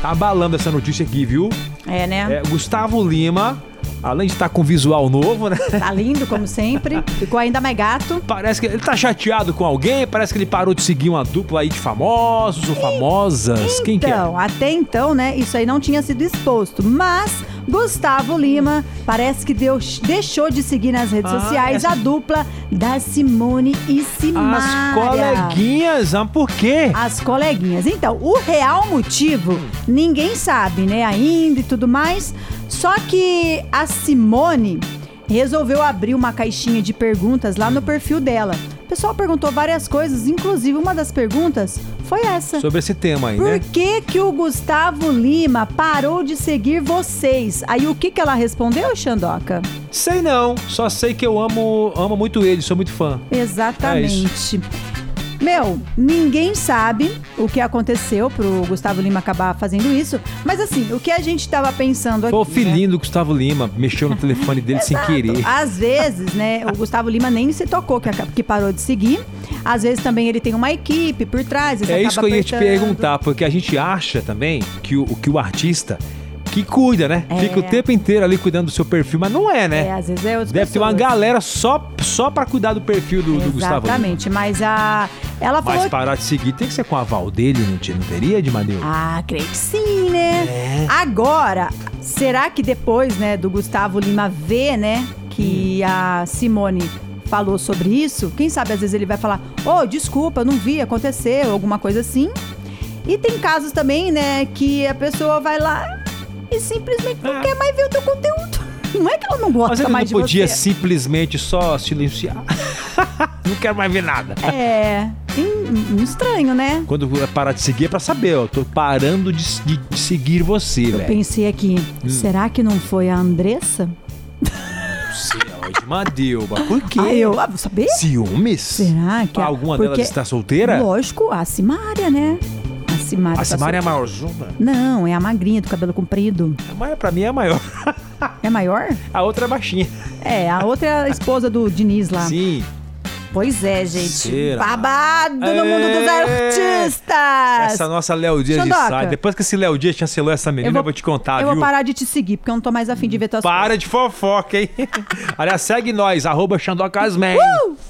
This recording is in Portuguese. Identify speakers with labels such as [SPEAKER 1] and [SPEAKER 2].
[SPEAKER 1] Tá abalando essa notícia aqui, viu?
[SPEAKER 2] É, né?
[SPEAKER 1] É, Gustavo Lima, além de estar com visual novo, né?
[SPEAKER 2] Tá lindo, como sempre. Ficou ainda mais gato.
[SPEAKER 1] Parece que ele tá chateado com alguém, parece que ele parou de seguir uma dupla aí de famosos ou famosas. Quem que é?
[SPEAKER 2] Então, até então, né, isso aí não tinha sido exposto. Mas Gustavo Lima parece que deu, deixou de seguir nas redes
[SPEAKER 1] Ah,
[SPEAKER 2] sociais
[SPEAKER 1] essa-
[SPEAKER 2] a dupla da Simone e Simária.
[SPEAKER 1] As coleguinhas, ah, por quê?
[SPEAKER 2] As coleguinhas. Então, o real motivo, ninguém sabe, né, ainda e tudo mais. Só que a Simone resolveu abrir uma caixinha de perguntas lá no perfil dela. O pessoal perguntou várias coisas, inclusive uma das perguntas foi essa.
[SPEAKER 1] Sobre esse tema aí,
[SPEAKER 2] Por
[SPEAKER 1] né?
[SPEAKER 2] que que o Gustavo Lima parou de seguir vocês? Aí o que que ela respondeu, Xandoca?
[SPEAKER 1] Sei não, só sei que eu amo, amo muito ele, sou muito fã. É
[SPEAKER 2] Exatamente. Meu, ninguém sabe o que aconteceu pro Gustavo Lima acabar fazendo isso, mas assim, o que a gente tava pensando aqui.
[SPEAKER 1] Foi o
[SPEAKER 2] né?
[SPEAKER 1] filhinho do Gustavo Lima, mexeu no telefone dele sem querer.
[SPEAKER 2] Às vezes, né, o Gustavo Lima nem se tocou que, aca- que parou de seguir. Às vezes também ele tem uma equipe por trás.
[SPEAKER 1] É isso que eu ia te
[SPEAKER 2] perguntar.
[SPEAKER 1] perguntar, porque a gente acha também que o, que o artista que cuida, né? Fica o tempo inteiro ali cuidando do seu perfil, mas não é,
[SPEAKER 2] É,
[SPEAKER 1] né?
[SPEAKER 2] às vezes é outras
[SPEAKER 1] Deve ter uma
[SPEAKER 2] pessoas.
[SPEAKER 1] galera só, só pra cuidar do perfil do, do Gustavo. Lima.
[SPEAKER 2] Exatamente, mas a ela falou
[SPEAKER 1] Mas parar de seguir tem que ser com a aval dele, não, te- não teria, de maneira?
[SPEAKER 2] Ah, creio que sim, né?
[SPEAKER 1] É.
[SPEAKER 2] Agora, será que depois, né, do Gustavo Lima ver, né, que
[SPEAKER 1] Hum.
[SPEAKER 2] a Simone falou sobre isso, quem sabe às vezes ele vai falar: "Ô, desculpa, eu não vi, aconteceu", alguma coisa assim. E tem casos também, né, que a pessoa vai lá e simplesmente não
[SPEAKER 1] É.
[SPEAKER 2] quer mais ver o teu conteúdo. Não é que ela não gosta
[SPEAKER 1] Mas ele não
[SPEAKER 2] mais de
[SPEAKER 1] podia
[SPEAKER 2] você.
[SPEAKER 1] simplesmente só silenciar. não quero mais ver nada.
[SPEAKER 2] É, hum, hum, estranho, né?
[SPEAKER 1] Quando eu parar de seguir é pra saber, ó. Tô parando de, se- de seguir você,
[SPEAKER 2] Eu
[SPEAKER 1] velho.
[SPEAKER 2] pensei aqui,
[SPEAKER 1] Hum.
[SPEAKER 2] será que não foi a Andressa?
[SPEAKER 1] Você é de Madeuba. Por quê?
[SPEAKER 2] Ah, eu, ah, vou saber?
[SPEAKER 1] Ciúmes?
[SPEAKER 2] Será que a-
[SPEAKER 1] Alguma
[SPEAKER 2] porque-
[SPEAKER 1] delas está solteira?
[SPEAKER 2] Lógico, a Simária, né? A Simária.
[SPEAKER 1] A
[SPEAKER 2] tá
[SPEAKER 1] Simária é
[SPEAKER 2] solteira.
[SPEAKER 1] maiorzona?
[SPEAKER 2] Não, é a magrinha do cabelo comprido.
[SPEAKER 1] A Maia pra mim é a maior.
[SPEAKER 2] É maior?
[SPEAKER 1] A outra é baixinha.
[SPEAKER 2] É, a outra é a esposa do Diniz lá.
[SPEAKER 1] Sim.
[SPEAKER 2] Pois é, gente.
[SPEAKER 1] Será?
[SPEAKER 2] Babado no mundo dos
[SPEAKER 1] É.
[SPEAKER 2] artistas!
[SPEAKER 1] Essa nossa Léo Dias de
[SPEAKER 2] Xandoca.
[SPEAKER 1] sai. Depois que esse Léo Dias cancelou essa menina, eu vou, te contar,
[SPEAKER 2] eu
[SPEAKER 1] Ah, viu?
[SPEAKER 2] vou parar de te seguir, porque eu não tô mais afim de ver tuas
[SPEAKER 1] Para de fofoca, hein? Aliás, segue nós, arroba Xandoca Asman.
[SPEAKER 2] coisas. Uh!